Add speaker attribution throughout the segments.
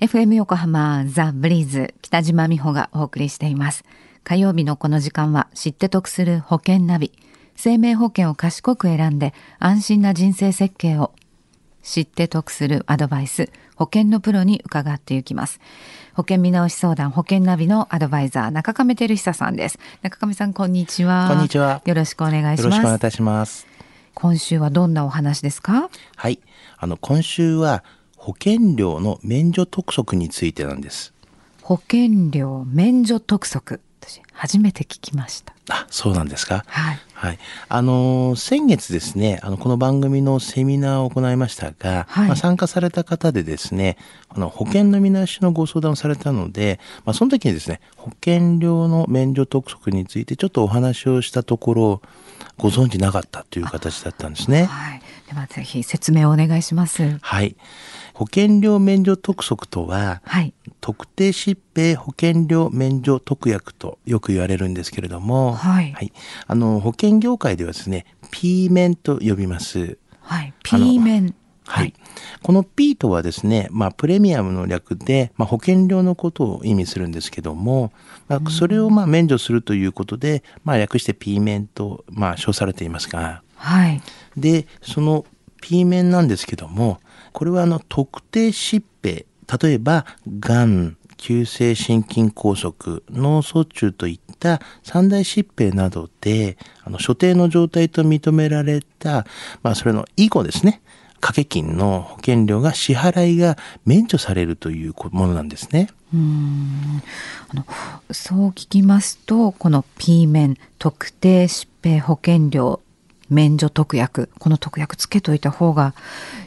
Speaker 1: FM 横浜ザ・ブリーズ北島美穂がお送りしています。火曜日のこの時間は知って得する保険ナビ。生命保険を賢く選んで安心な人生設計を知って得するアドバイス、保険のプロに伺っていきます。保険見直し相談、保険ナビのアドバイザー、中亀照久さんです。中亀さん、こんにちは。
Speaker 2: こんにちは
Speaker 1: よろしくお願いし
Speaker 2: よろしくお願
Speaker 1: ま
Speaker 2: い
Speaker 1: す。
Speaker 2: いたします。
Speaker 1: 今週はどんなお話ですか
Speaker 2: はい。あの、今週は保険料の免除特則についてなんです。
Speaker 1: 保険料免除督促。私、初めて聞きました。
Speaker 2: あ、そうなんですか。
Speaker 1: はい。
Speaker 2: はい。あのー先月ですね、あの、この番組のセミナーを行いましたが、
Speaker 1: はい
Speaker 2: まあ、参加された方でですね、あの、保険の見直しのご相談をされたので、まあ、その時にですね、保険料の免除特則についてちょっとお話をしたところ、ご存知なかったという形だったんですね。
Speaker 1: はい。では、ぜひ説明をお願いします。
Speaker 2: はい。保険料免除特則とは、
Speaker 1: はい。
Speaker 2: 特定疾病保険料免除特約とよく言われるんですけれども、
Speaker 1: はい
Speaker 2: あの保険業界ではですね P 面と呼びます。
Speaker 1: はい。
Speaker 2: あの
Speaker 1: P 面。
Speaker 2: はい、この P とはですね、まあ、プレミアムの略で、まあ、保険料のことを意味するんですけども、まあ、それをまあ免除するということで、まあ、略して P 面とまあ称されていますが
Speaker 1: はい。
Speaker 2: でその P 面なんですけどもこれはあの特定疾病例えばがん急性心筋梗塞脳卒中といった三大疾病などであの所定の状態と認められた、まあ、それの以後ですね掛け金の保険料が支払いが免除されるというものなんですね。
Speaker 1: うーん。あの、そう聞きますと、この P 面、特定疾病保険料免除特約。この特約つけといた方が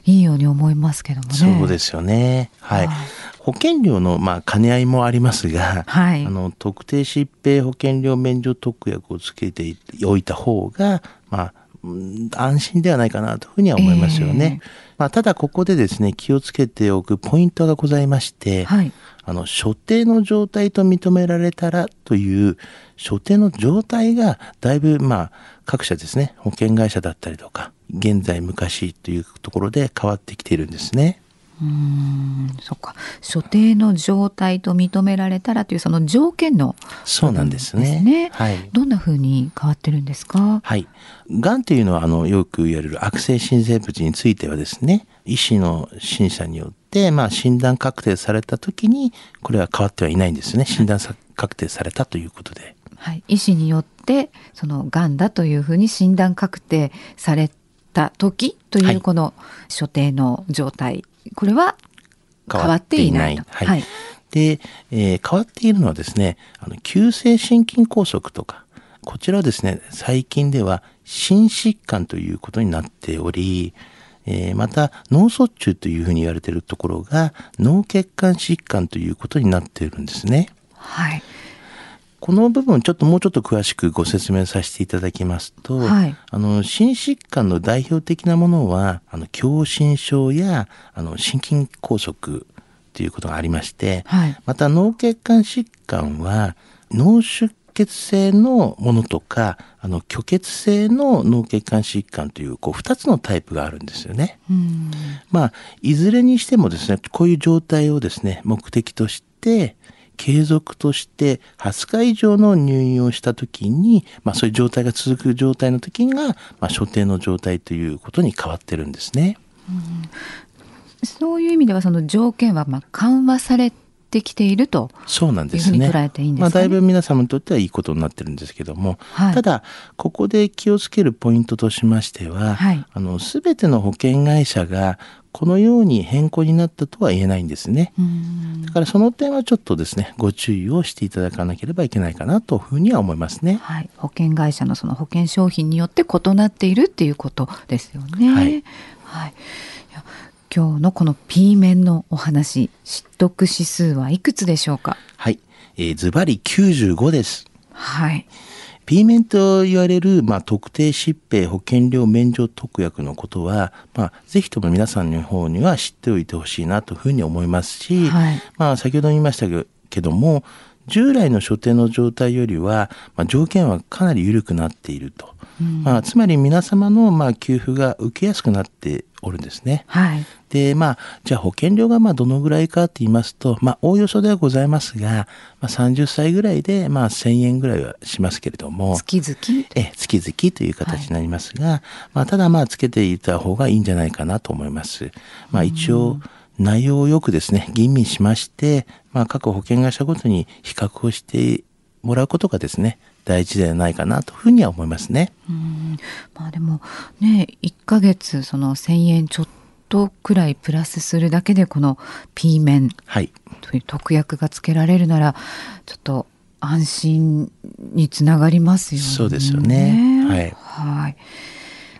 Speaker 1: いいように思いますけどもね。。
Speaker 2: そうですすよね。はい
Speaker 1: はい。
Speaker 2: 保険料のまあ兼ね合いもありますが、
Speaker 1: はい
Speaker 2: あの特定疾病保険料免除特約をつけておいた方がまあうん安心ではないかなというふうには思いますよね。まあただここでですね気をつけておくポイントがございまして、
Speaker 1: はい。
Speaker 2: あの所定の状態と認められたらという所定の状態がだいぶまあ各社ですね保険会社だったりとか現在昔というところで変わってきているんですね。
Speaker 1: うーん、そっか。所定の状態と認められたらというその条件の
Speaker 2: そうなんですね。
Speaker 1: ですね
Speaker 2: はい。
Speaker 1: どんな風に変わってるんですか。
Speaker 2: はい。がんというのは、あの、よく言われる悪性新生物についてはですね、医師の審査によって、まあ、診断確定された時に、これは変わってはいないんですね。診断さ確定されたということで。
Speaker 1: はい、医師によってそのがんだというふうに診断確定された時とい
Speaker 2: は
Speaker 1: う
Speaker 2: い
Speaker 1: この所定の状態、これは変わっていないと。
Speaker 2: はい。で、えー変わっているのはですね、あの、急性心筋梗塞とか、こちらはですね、最近では心疾患ということになっており、えーまた脳卒中というふうに言われているところが脳血管疾患ということになっているんですね。
Speaker 1: はい。
Speaker 2: この部分ちょっともうちょっと詳しくご説明させていただきますと、
Speaker 1: はい
Speaker 2: あの心疾患の代表的なものはあの狭心症やあの心筋梗塞ということがありまして、
Speaker 1: はい
Speaker 2: また脳血管疾患は脳出血性のものとかあの虚血性の脳血管疾患というこう2つのタイプがあるんですよね。
Speaker 1: うん
Speaker 2: まあ、いずれにしてもですね、こういう状態をですね、目的として、継続として20日以上の入院をしたときに、まあそういう状態が続く状態の時が、まあ所定の状態ということに変わってるんですね。
Speaker 1: そういう意味ではその条件はまあ緩和されてきていると。
Speaker 2: そうなんです
Speaker 1: いうふう
Speaker 2: ね。
Speaker 1: に捉えていいんですかね
Speaker 2: まあだいぶ皆様にとってはいいことになってるんですけども、
Speaker 1: はい
Speaker 2: ただ、ここで気をつけるポイントとしましては、
Speaker 1: はい
Speaker 2: あの、すべての保険会社がこのように変更になったとは言えないんですね。
Speaker 1: うん
Speaker 2: だからその点はちょっとですね、ご注意をしていただかなければいけないかなというふうには思いますね。
Speaker 1: はい、保険会社のその保険商品によって異なっているっていうことですよね。
Speaker 2: はい
Speaker 1: はい、いや今日のこの P 面のお話、知得指数はいくつでしょうか。
Speaker 2: はい。えーズバリ95です。
Speaker 1: はい、
Speaker 2: P 面と言われる、まあ、特定疾病保険料免除特約のことは、まあ、ぜひとも皆さんの方には知っておいてほしいなというふうに思いますし、
Speaker 1: はい
Speaker 2: まあ、先ほど言いましたけども、従来の所定の状態よりは、まあ、条件はかなり緩くなっていると。まあ、つまり皆様の、まあ、給付が受けやすくなっておるんですね。
Speaker 1: はい。
Speaker 2: でまあじゃあ保険料がまあどのぐらいかって言いますとまあおおよそではございますが、まあ、30歳ぐらいでまあ1,000円ぐらいはしますけれども。
Speaker 1: 月々。
Speaker 2: え月々という形になりますが、まあ、ただまあつけていた方がいいんじゃないかなと思います。まあ、一応内容をよくですね吟味しまして、まあ、各保険会社ごとに比較をしてもらうことがですね大事ではないかなというふうには思いますね。
Speaker 1: うん。まあでもね、1ヶ月その1000円ちょっとくらいプラスするだけでこの P 面
Speaker 2: はい、
Speaker 1: という特約がつけられるならちょっと安心につながりますよね。
Speaker 2: そうですよねはい
Speaker 1: はい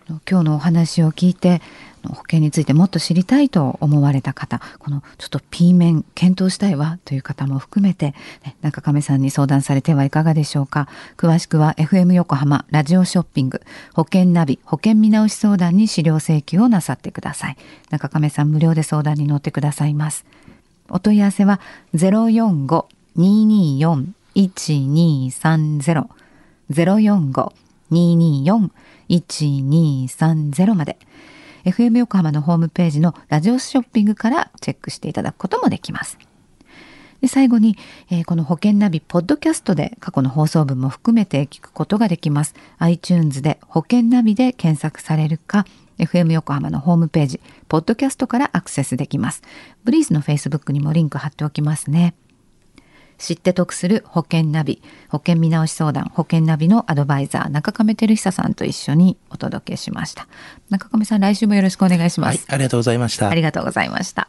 Speaker 1: あの今日のお話を聞いてあの保険についてもっと知りたいと思われた方このちょっと P 面検討したいわという方も含めて、ね、中亀さんに相談されてはいかがでしょうか詳しくは FM 横浜ラジオショッピング保険ナビ保険見直し相談に資料請求をなさってください中亀さん無料で相談に乗ってくださいますお問い合わせは045-224-1230 045-224-1230まで FM 横浜のホームページのラジオショッピングからチェックしていただくこともできます。で最後に、えーこの保険ナビポッドキャストで過去の放送分も含めて聞くことができます。iTunes で保険ナビで検索されるか、FM 横浜のホームページ、ポッドキャストからアクセスできます。ブリーズの Facebook にもリンク貼っておきますね。知って得する保険ナビ、保険見直し相談、保険ナビのアドバイザー、中亀照久さんと一緒にお届けしました。中亀さん、来週もよろしくお願いしま
Speaker 2: はい
Speaker 1: す。、
Speaker 2: ありがとうございました
Speaker 1: あり。がとうございました。